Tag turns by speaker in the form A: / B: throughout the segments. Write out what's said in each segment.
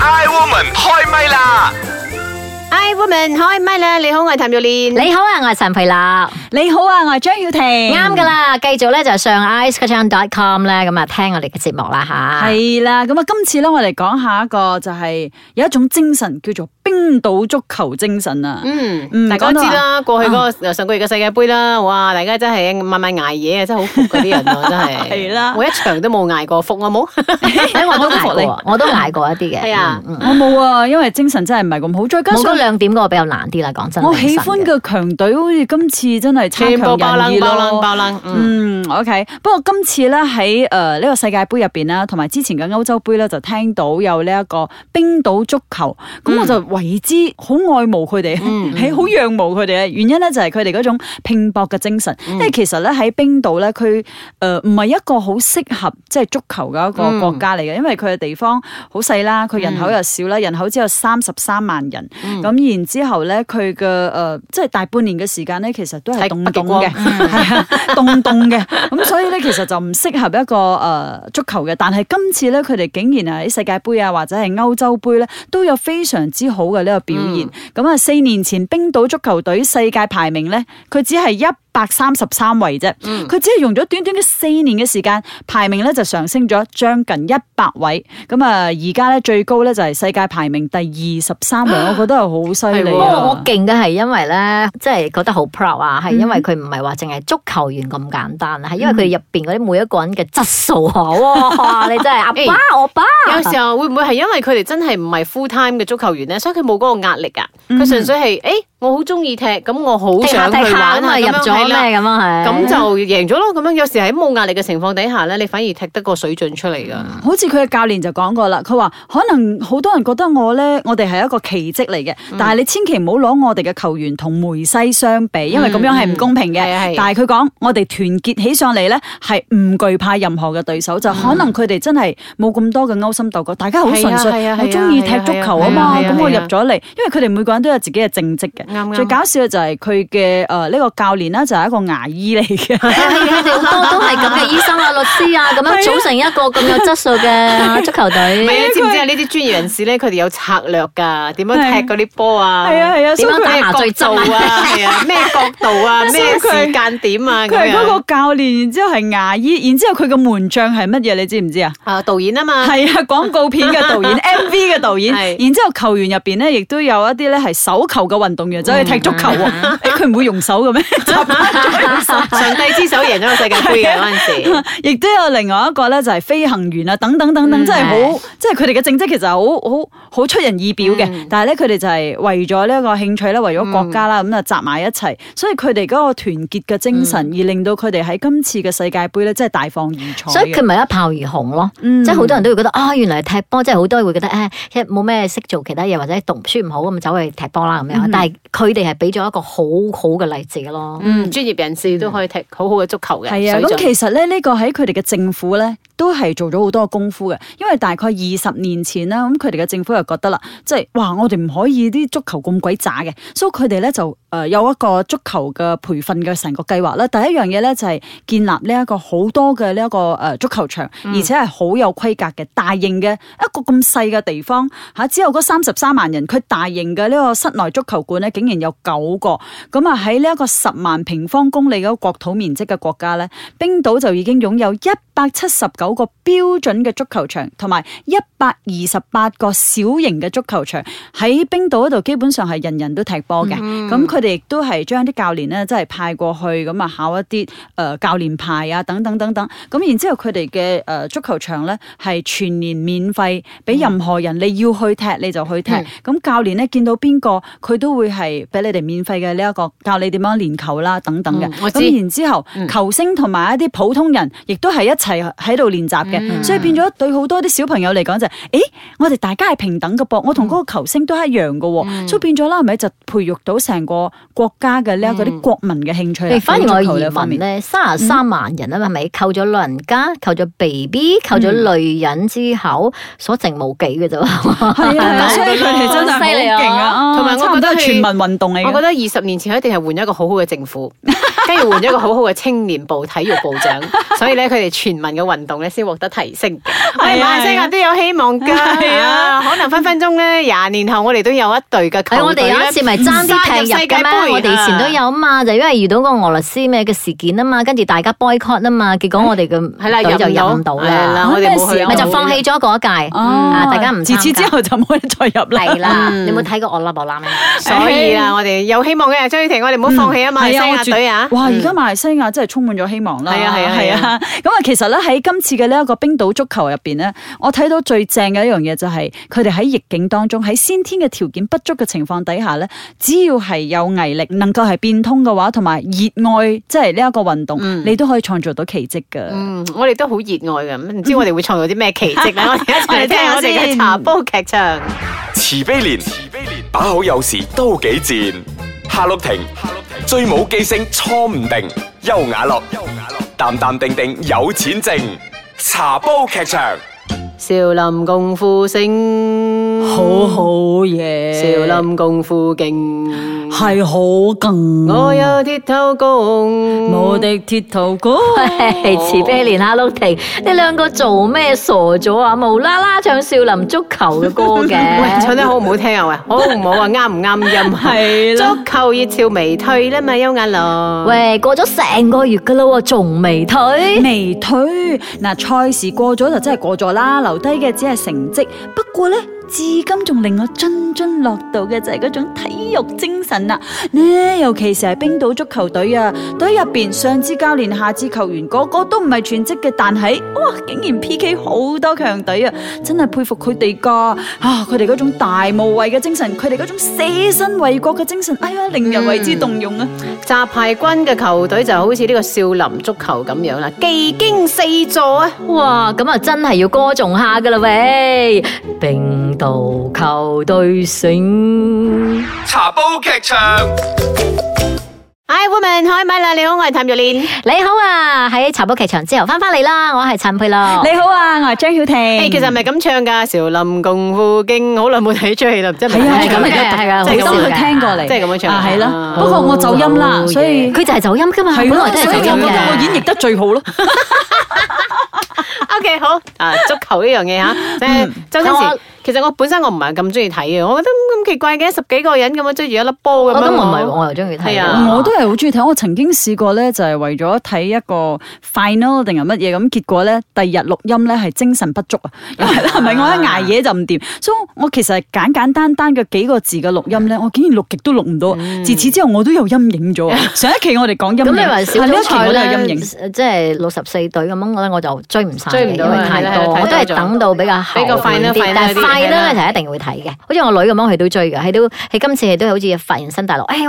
A: I Woman 開唛啦！
B: I woman 開唛啦！你好，我係譚玉蓮。
C: 你好啊，我係陳培立，啱
D: 你好啊，我係張曉婷。啱
C: 噶。啦，繼續咧就上 icekitchen.com 咧咁啊，聽我哋嘅節目啦吓。
D: 係啦，咁啊，今次咧我哋講下一個就係有一種精神叫做冰島足球精神啊。
B: 嗯，
D: 嗯
B: 大家都知啦，過去嗰個上個月嘅世界盃啦，哇！大家真係晚晚捱夜啊，真係好服嗰啲 人啊，真係。
D: 係啦
B: 我一場都冇捱過服， 我冇。
C: 誒哎我都捱
D: 服你
C: 過，我都捱過一啲嘅。
B: 係啊
C: 嗯，嗯
D: 我冇啊，因為精神真係唔係咁好，再加
C: 冇嗰
D: 上
C: 兩點嗰個比較難啲啦，講真。
D: 我喜歡嘅強隊好似今次真係差
B: 全部爆
D: 強人
B: 冷
D: 意
B: 爆冷
D: 咯。
B: 爆冷，嗯，
D: 嗯，OK。不過今次咧喺誒呢個世界盃入邊啦，同埋之前嘅歐洲盃咧，就聽到有呢一個冰島足球，咁我就為之好愛慕佢哋，係好仰慕佢哋嘅原因咧就係佢哋嗰種拼搏嘅精神。因為其實咧喺冰島咧，佢誒唔係一個好適合即係足球嘅一個國家嚟嘅，因為佢嘅地方好細啦，佢人口又少啦，人口只有三十三萬人，
B: 嗯
D: 咁然之後咧佢嘅誒即係大半年嘅時間咧，其實都係
B: 睇
D: 凍
B: 北極
D: 凍
B: 光
D: 嘅。 係啊，凍凍嘅，咁所以咧其實就唔適合一個誒、呃足球嘅。但係今次咧，佢哋竟然係喺世界盃啊，或者係歐洲盃咧，都有非常之好嘅呢個表
B: 嗯
D: 現。咁啊、四年前冰島足球隊世界排名咧，佢只係一百三十三位啫，佢、
B: 嗯
D: 只係用咗短短嘅四年嘅時間，排名咧就上升咗將近一百位。咁啊，而家咧最高咧就係世界排名第二十三位，我覺得係好犀利
B: 啊係
C: 不
B: 喎
C: 過
D: 啊。
C: 我勁嘅係因為咧，即係覺得好 proud 啊，係因為佢唔係話淨係足球員咁簡單啊，係因為佢入邊嗰啲每一個人嘅質素啊，哇！你真係阿
B: 誒
C: 爸我爸，
B: 有時候會唔會係因為佢哋真係唔係 full time 嘅足球員咧，所以佢冇嗰個壓力啊？
D: 嗯
B: 佢純粹係誒，我好中意踢，咁我好
C: 踢下
B: 想
C: 踢
B: 去
C: 下
B: 玩
C: 咁
B: 啊，
C: 啊入
B: 咁樣
C: 咗
B: 係啦
C: 咩咁啊係。
B: 咁就贏咗咯。咁樣有時喺冇壓力嘅情況底下咧，你反而踢得個水準出嚟㗎。
D: 好似佢嘅教練就講過啦，佢話可能好多人覺得我咧，我哋係一個奇蹟嚟嘅，
B: 嗯
D: 但係你千祈唔好攞我哋嘅球員同梅西相比，因為咁樣係唔公平嘅。
B: 嗯係啊係
D: 但係佢講我哋團結起上嚟咧，係唔懼怕任何嘅對手，就可能佢哋真係冇咁多嘅勾心鬥角，大家好純粹，
B: 嗯係啊係啊係啊
D: 我中意踢足球啊
B: 係啊
D: 嘛，
B: 係啊係啊
D: 咁我入咗嚟，因為佢哋每個人都有自己嘅正職
B: 啱啱
D: 嘅。最搞笑嘅就係佢嘅誒呢個教練啦，就係一個牙醫嚟嘅。
C: 佢哋好多都係咁嘅醫生啊、律師啊，咁樣組成一個咁有質素 嘅足球
B: 唔係
C: 隊。
B: 啊，知唔知啊？呢啲專業人士咧，佢哋有策略㗎，點樣踢嗰啲波啊？
D: 係啊係
B: 點
D: 啊所以
B: 樣
D: 佢
B: 打麻醉針啊？係 啊，咩角度啊？
D: 所以
B: 咩
D: 佢
B: 時間點啊？
D: 佢係
B: 咁
D: 嗰
B: 樣
D: 個教練，然之後係牙醫，然之後佢嘅門將係乜嘢？你知唔知啊？
B: 啊導演啊嘛，
D: 係啊，廣告片嘅 導演、MV 嘅導演，
B: 係
D: 然之後球員入邊咧，亦都有一啲咧係手球嘅運動員走去踢足球喎。
C: 嗯
D: 誒佢唔會用手嘅 咩？啊
B: 上帝之手贏咗個世界盃嘅嗰陣時，
D: 亦都有另外一個咧，就係飛行員啊，等等等
C: 嗯
D: 等，真係好，即係佢哋嘅政績其實好好好出人意表
C: 嗯
D: 嘅。但係咧，佢哋就係為咗呢一個興趣咧，為咗國家啦，咁啊集埋一齊，所以佢哋嗰個團結嘅精神，
C: 嗯
D: 而令到佢哋喺今次嘅世界盃咧，真係大放異彩嘅。
C: 所以佢咪一炮而紅咯，
D: 嗯
C: 即係好多人都會覺得啊、原來踢波，即係好多人會覺得誒，其實冇咩識做其他嘢，或者讀書唔好咁走去踢波啦咁樣。
D: 嗯
C: 但係佢哋係俾咗一個好好嘅例子咯。
B: 嗯，專業人士都可以踢好好嘅足球嘅
D: 係啊，
B: 水
D: 咁
B: 準。
D: 其實咧，呢、個喺佢哋嘅政府咧，都係做咗好多功夫嘅。因為大概二十年前啦，咁佢哋嘅政府就覺得啦，即係哇，我哋唔可以啲足球咁鬼渣嘅，所以佢哋咧就誒、呃有一個足球嘅培訓嘅成個計劃啦。第一樣嘢咧就係、建立呢一個好多嘅呢一個誒足球場，
B: 嗯
D: 而且係好有規格嘅大型嘅一個咁細嘅地方嚇，只有嗰三十三萬人，佢大型嘅呢個室內足球館咧，竟然有九個。咁啊喺呢一個十萬平方公里嗰個國土面積嘅國家咧，冰島就已經擁有一百七十九個標準嘅足球場，同埋一百二十八個小型嘅足球場。喺冰島嗰度基本上係人人都踢波嘅，
B: 嗯
D: 咁佢哋亦都係將啲教練咧，即係派過去咁啊考一啲誒、呃教練牌啊等等等等。咁然之後佢哋嘅誒足球場咧係全年免費，俾任何人你要去踢你就去踢。
B: 嗯
D: 咁、教練咧見到邊個佢都會係俾你哋免費嘅呢一個教你點樣練球啦等等嘅。
B: 嗯我知
D: 咁、然之後、球星同埋一啲普通人亦都係一齊喺度練習嘅，
B: 嗯
D: 所以變咗對好多啲小朋友嚟講就係、誒。我哋大家係平等嘅噃，我同嗰個球星都係一樣嘅喎，
B: 嗯
D: 所以變咗啦，係咪就培育到成個國家嘅呢一個
B: 嗯
D: 啲國民嘅興趣啦
C: 你反而我
D: 喺足球呢
C: 移
D: 方
C: 民
D: 面
C: 咧，三十三萬人啊，係咪扣咗老人家、扣咗 B B、扣咗
D: 嗯
C: 女人之後，所剩無幾嘅啫 喎。
D: 係啊，係啊所以佢哋真係好
C: 犀利啊
D: 勁啊！
B: 同埋我
D: 差唔
B: 覺得
D: 多係
B: 佢
D: 全民運動嚟
B: 我覺
D: 嘅，
B: 得二十年前佢一定係換一個好好嘅政府， 跟住換咗一個好好嘅青年部體育部長，所以咧佢哋全民嘅運動咧先獲得提升嘅。我哋
D: 係啊
B: 馬來西亞都有希望㗎，
D: 係啊
B: 可能分分鐘咧廿年後我哋都有一隊嘅
C: 係啊
B: 球
C: 我哋
B: 隊
C: 有一次咪爭啲踢入嘅咩？我哋以前都有啊嘛，就因為遇到個俄羅斯咩嘅事件啊嘛，跟住大家 boycott 啊嘛，結果我哋嘅
B: 係啦，
C: 隊就
B: 入
C: 入
B: 唔
C: 唔
B: 到
C: 到
B: 係
C: 啦，
B: 啦，我哋
D: 咩
B: 冇
D: 事
B: 去
D: 啊
B: 啊，
C: 咪就放棄咗嗰一屆。
D: 啊
C: 大家唔參
D: 自
C: 加
D: 此之後就冇得再入啦。
C: 係啦，
B: 嗯
C: 你有冇睇過我啦我啦咩？
B: 所以啦，我哋有希望嘅，張雨婷，我哋唔好放棄啊嘛，馬來西
D: 嗯係我
B: 亞
D: 絕
B: 隊啊！
D: 哇！而家馬來西亞真係充滿咗希望啦。
B: 係啊係啊
D: 係
B: 係
D: 啊。咁啊，其實咧喺今次嘅呢一個冰島足球入邊咧，我睇到最正嘅一樣嘢就係佢哋喺逆境當中，喺先天嘅條件不足嘅情況底下咧，只要係有毅力，能夠係變通嘅話，同埋熱愛即係呢一個運動，你都可以創造到奇蹟嘅。
B: 嗯，我哋都好熱愛嘅，唔知我哋會創造啲咩奇蹟啊咧？我哋一齊嚟聽下我哋
D: 我哋聽下
B: 嘅
D: 先
B: 茶煲劇場。
A: 慈悲蓮，慈悲蓮，把口有時都幾賤。夏綠庭，夏綠庭，最冇記性錯唔定。優雅樂，優雅樂，淡淡定定有錢剩。茶煲劇場，
B: 少林功夫聲，
D: 嘢
B: 少林功夫勁，
D: 係好勁
B: 嗯我有鐵頭功，
D: 敵鐵頭哥。
C: 喂，慈悲蓮哈碌婷，你兩個做咩傻咗啊？無啦啦唱少林足球嘅歌
B: 喂，唱
C: 嘅，
B: 得好唔好聽啊？喂，好唔好啊？啱唔啱音啊？
D: 係啦
B: 足球熱潮未退啦嘛，優眼樂。
C: 喂，過咗成個月噶啦喎，仲未退？
D: 未退嗱，賽事過咗就真係過咗啦，留低嘅只係成績。不過呢，至今仲令我津津樂道嘅就係嗰種體育精神啦。呢，尤其是係冰島足球隊啊，隊入邊上至教練、下至球員，個個都唔係全職嘅，但係哇，竟然 P.K. 好多強隊啊，真係佩服佢哋㗎啊！佢哋嗰種大無畏嘅精神，佢哋嗰種捨身為國嘅精神，哎呀，令人為之動容啊！
B: 雜牌軍嘅球隊就好似呢個少林足球咁樣啦，技驚四座啊！
C: 哇，咁啊真係要歌頌下噶啦喂！冰島球隊醒，
A: 茶煲劇場。
B: Hi woman，開咪啦！你好，我係譚玉蓮。
C: 你好啊！喺茶煲劇場之後翻返嚟啦，我係陳佩樂。
D: 你好啊，我係張曉婷。
B: 誒、其實係咪咁唱㗎？少林功夫經，好耐冇睇出戲啦，真係
D: 係
B: 唔
D: 啊
B: 知
D: 係咁
B: 唱
D: 嘅
B: 咩
C: 係啊
B: 真係
C: 好
B: 咁
C: 少
B: 樣
C: 嘅哦
B: 嘅。
D: 聽過嚟，
B: 即係咁樣唱
D: 啊，係啦
B: 啊。
D: 不過我走音啦，所以
C: 佢就係走音噶嘛，
D: 係
C: 本
D: 咯
C: 來都係
D: 所以
C: 走
D: 我覺得
C: 音
D: 我
C: 嘅。
D: 演繹得最好咯。
B: O、k 好啊，足球呢樣嘢嚇，即係周星
C: 但
B: 馳
C: 我。
B: 其嗯實我本身我唔係咁中意睇嘅，我覺得咁奇怪嘅，十幾個人咁樣追住一粒波咁樣。
C: 哦我
B: 啊
C: 都唔係，我又中意睇
B: 係啊
C: 喎。
D: 我都係好中意睇，我曾經試過咧，就係為咗睇一個 final 定係乜嘢咁，結果咧第二日錄音咧係精神不足啊，因為咧係咪我一捱夜就唔掂，所以我其實簡簡單單嘅幾個字嘅錄音咧，我竟然錄極都錄唔到，自此之後我都有陰影咗。上一期我哋講陰影，
C: 咁你話小
D: 啊
C: 組
D: 呢一期
C: 賽
D: 我都有陰
C: 咧，
D: 影。
C: 即係六十四隊咁樣，我咧我就追唔晒
B: 追唔
C: 嘅，因
B: 到
C: 為
B: 嘅
C: 太
B: 係啦係
C: 多，
B: 啦
C: 我都係
B: 睇得咗
C: 等到比較後
B: 比較快啦
C: 啲
B: 快啦
C: 但係
B: 啲
C: 快
B: 係啦
C: 咧就一定會睇嘅。好似我女咁樣，佢都追嘅，佢都佢今次佢都好似發現新大陸。哎呀，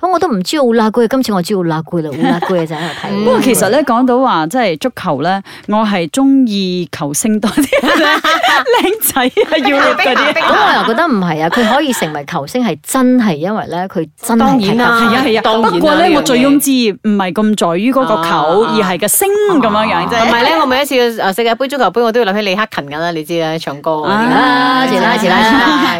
C: 我我都唔知奧拉圭，今次我知奧拉圭啦，奧拉圭就喺度
B: 嗯
C: 睇。
D: 不過其實咧講到話即係足球咧，我係中意球星 多啲，靚仔啊要力嗰啲。
C: 咁我又覺得唔係啊，佢可以成為球星係真係因為咧，佢真係
B: 當
C: 踢
B: 然
C: 得
B: 啦，
D: 係啊係
B: 當然
D: 啊，
B: 啦
D: 不過
B: 呢樣
D: 咧，
B: 嘢
D: 我最庸之意唔係咁在於嗰個球，
B: 啊
D: 而係個星咁樣
C: 啊
D: 樣
B: 同
D: 啫。
B: 埋咧，我每一次誒世界盃足球盃，我都要諗起李克勤㗎啦，你知啦，唱歌嗰啲
C: 啦，
D: 啊
C: 遲啦，遲啦，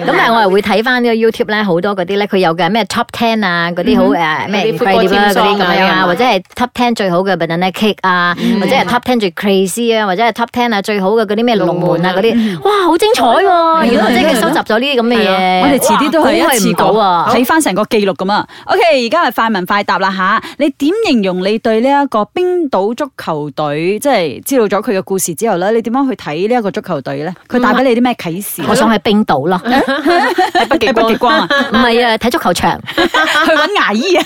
C: 咁
B: 啊
C: 但係我又會睇翻呢個 YouTube 咧，好多嗰啲咧，佢有嘅咩 Top Ten 啊，嗰啲好誒咩
B: 嗰啲 football
C: incredible 嗰
B: team song
C: 啲咁樣
B: 啊
C: 啊，或者係 Top Ten 最好嘅 banana cake 啊，或者係 Top Ten 最 crazy 啊，或者係 Top Ten 啊最好嘅嗰啲咩龍門啊嗰啲，哇，好精彩喎！原來真係收集咗呢啲咁嘅嘢，
D: 我哋遲啲都係一次
C: 哇估佢唔
D: 過
C: 到啊！
D: 睇翻成個記錄咁啊。OK，而家係快問快答啦吓，你點形容你對呢一個冰島足球隊，即係知道咗佢嘅故事之後咧，你點樣去睇呢一個足球隊咧？佢帶俾你啲咩啟示？
C: 嗯我想去冰島咯，
B: 喺北極
D: 睇北極
B: 光。
D: 光啊，
C: 唔係啊，睇足球場。
D: 去揾牙醫啊！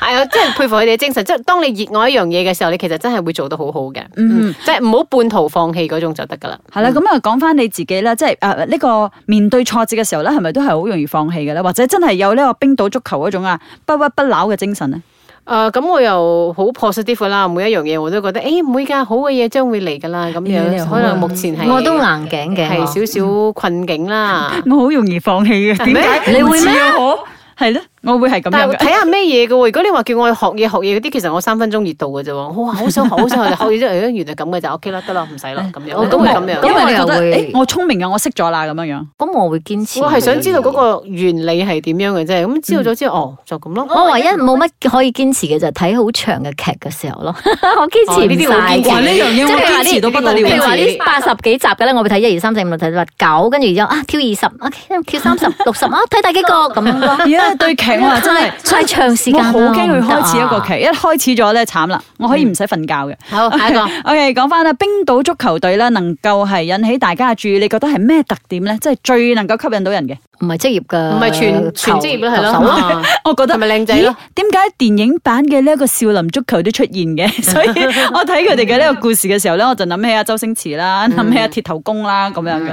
B: 係啊，真係佩服佢哋嘅精神。即係當你熱愛一樣嘢嘅時候，你其實真係會做得好好嘅。嗯，即係唔好半途放棄嗰種就得㗎啦。
D: 係
C: 嗯
D: 啦，咁啊講翻你自己啦，即係誒呢個面對挫折嘅時候咧，係咪都係好容易放棄嘅咧？或者真係有呢個冰島足球嗰種啊不屈不撓嘅精神咧？
B: 誒咁、我又好 positive 㗎啦，每一樣嘢我都覺得，誒唔會㗎，好嘅嘢將會嚟㗎啦，咁
D: 咦你又
B: 樣
D: 好
B: 可
D: 啊
B: 能目前係
C: 我都硬頸嘅，
B: 係
C: 我
B: 少少困境啦。
D: 我好容易放棄嘅，點解？啊
C: 你會咩
D: 唔似我係咯，我會係咁
B: 但
D: 樣
B: 係睇
D: 嘅。
B: 下咩嘢嘅喎，如果你話叫我去學嘢學嘢嗰啲，其實我三分鐘熱度嘅啫喎。哇，好想學，好想學，學嘢啫，誒原來咁嘅就 OK 啦，得啦，唔使啦，咁樣
C: 我
B: 我都會咁樣
C: 咁。
D: 因為
C: 我
D: 你覺
C: 又
D: 得
C: 會
D: 誒我聰明啊嘅，我識咗啦咁樣樣。
C: 咁我會堅持。
B: 我係想知道嗰。個原理係點樣嘅啫，咁知道咗之後，哦，就咁咯。
C: 我唯一冇乜可以堅持嘅就係睇好長嘅劇嘅時候咯， 我堅持
B: 哦
C: 唔
B: 呢啲好
C: 晒
B: 堅持
C: 嘅
B: 哇呢樣嘢
C: 即係話
D: 我堅持到不得了
C: 譬如話
B: 堅持
C: 呢八十幾集嘅咧，我會睇一二三四五六睇到八九，跟住然之後啊跳二十，OK 跳三十六 十啊睇第幾個咁樣咯。
D: 而家對劇我話 真係。
C: 太長時
D: 我
C: 間啦啊
D: 好驚佢開始一
C: 唔
D: 個
C: 得啊嗯
D: 劇，一開始咗咧慘啦，我可以唔使瞓覺嘅。
B: 好，下一個
D: OK，講翻啦，冰島足球隊咧能夠係引起大家嘅注意，你覺得係咩特點咧？即係最能夠吸引到人嘅？
C: 唔係職業㗎，
B: 唔係全全職業啦，係
C: 球手
B: 咯， 啊
D: 我覺得
B: 係咪靚仔咯
D: 咦？點解電影版嘅呢一個少林足球都出現嘅？ 所以我睇佢哋嘅呢個故事嘅時候咧，我就諗起阿周星馳啦，
B: 嗯
D: 諗起阿鐵頭功啦咁樣嘅。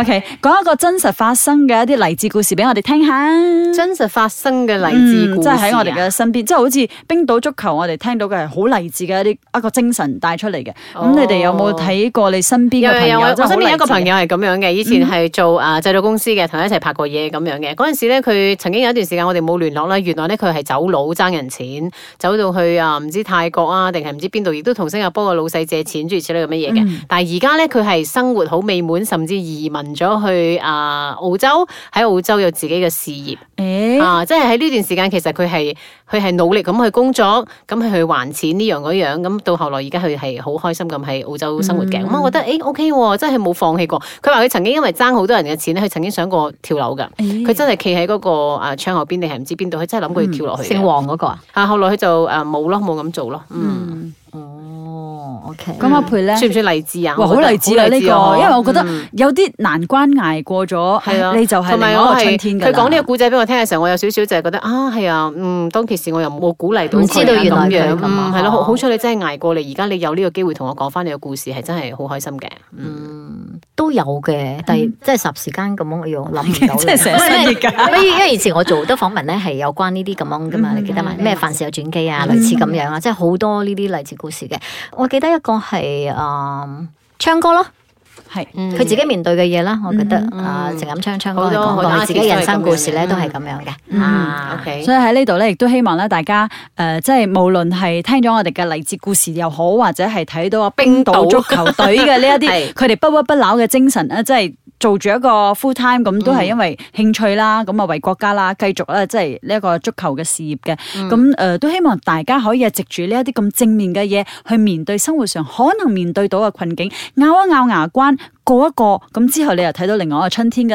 D: OK，講一個真實發生嘅一啲勵志故事俾我哋聽下。
B: 真實發生嘅勵志
D: 嗯
B: 故
D: 即
B: 事
D: 係喺我哋
B: 啊
D: 嘅身邊，即係好似冰島足球，我哋聽到嘅係好勵志嘅一啲啊一個精神帶出嚟嘅。
B: 哦
D: 咁你哋有冇睇過你身邊
B: 有嗯
D: 嘅
B: 有
D: 嗯朋
B: 有，
D: 友？
B: 我
D: 真
B: 我
D: 係好
B: 身邊有一個
D: 勵志嘅
B: 朋友係咁樣嘅，以前係做啊製造公司嘅，同佢一齊拍過嘢咁樣嘅。嗰陣時咧，佢曾經有一段時間我哋冇聯絡啦。原來咧佢係走佬爭人錢，走到去啊唔知泰國啊定係唔知邊度，亦都同新加坡嘅老細借錢，諸如此類咁乜嘢嘅。但係而家咧佢係生活好美滿，甚至移民咗去啊澳洲，喺澳洲有自己嘅事業。
D: 誒
B: 啊，即係喺呢段時間，其實佢係佢係努力咁去工作，咁去去還錢呢樣嗰樣，咁到後來而家佢係好開心咁喺澳洲生活
D: 嗯
B: 嘅。咁、我覺得誒 O K 喎，真係冇放棄過。佢話佢曾經因為爭好多人嘅錢咧，佢曾經想過跳樓㗎。
D: 哎
B: 佢真係企喺嗰個啊窗口邊定係唔知邊度，佢真係諗過要跳落去
C: 姓
D: 嗯
B: 嘅。
C: 黃嗰個啊？
B: 啊，後來佢就誒冇咯，冇咁做咯。嗯，
C: 哦，OK。
D: 咁阿培咧，
B: 算唔算勵志啊？
D: 哇，好
B: 我覺得
D: 勵志啊呢個，因
B: 啊
D: 為我覺得
B: 嗯
D: 有啲難關捱過咗，
B: 係啊，
D: 你就係
B: 同埋
D: 另
B: 我
D: 外一個
B: 係
D: 春天㗎
B: 佢
D: 啦
B: 講呢個故仔俾我聽嘅時候，我有少少就係覺得啊，係啊，嗯，當其時我又冇鼓勵到佢啊
C: 唔知道原來
B: 咁
C: 佢
B: 樣，
C: 咁啊
B: 嗯，係咯，好
C: 哦
B: 好彩你真係捱過嚟，而家你有呢個機會同我講翻你嘅故事，係真係好開心嘅。
C: 都有
B: 嗯
C: 嘅，但係即係霎時間咁樣，我要 諗唔到。
D: 真係成身熱㗎
C: 因為因為以前我做好多訪問咧，係有關呢啲咁樣噶嘛，
B: 嗯
C: 你記得嘛？咩凡事有轉機啊，類似咁樣啊，即係好多呢啲勵志故事嘅。我記得一個係誒唱歌咯，
D: 係。
B: 嗯
C: 佢自己面對嘅嘢啦，我覺得
D: 嗯
C: 啊，鄭錦昌唱歌
B: 好
C: 係
B: 多
C: 講
B: 好
C: 過
B: 多
C: 佢自己
B: artist
C: 人生故事咧，
B: 都
C: 都
B: 係咁
C: 係咁樣嘅。啊
B: 嗯，OK，
D: 啊所以喺呢度咧，亦都希望咧，大家誒、呃即係無論係聽咗我哋嘅勵志故事又好，或者係睇到啊冰島
B: 冰島
D: 足球隊嘅呢一啲
B: 係，
D: 佢哋不屈不撓嘅精神咧，啊即係做住一個 full time 咁，都係因為興趣啦，咁啊為國家啦，繼續咧即係呢一個足球嘅事業嘅。咁誒、呃都希望大家可以係藉住呢一啲咁正面嘅嘢去面對生活上可能面對到嘅困境，咬一咬牙關，過一過，咁之後你又睇到另外一個春天嘅啦。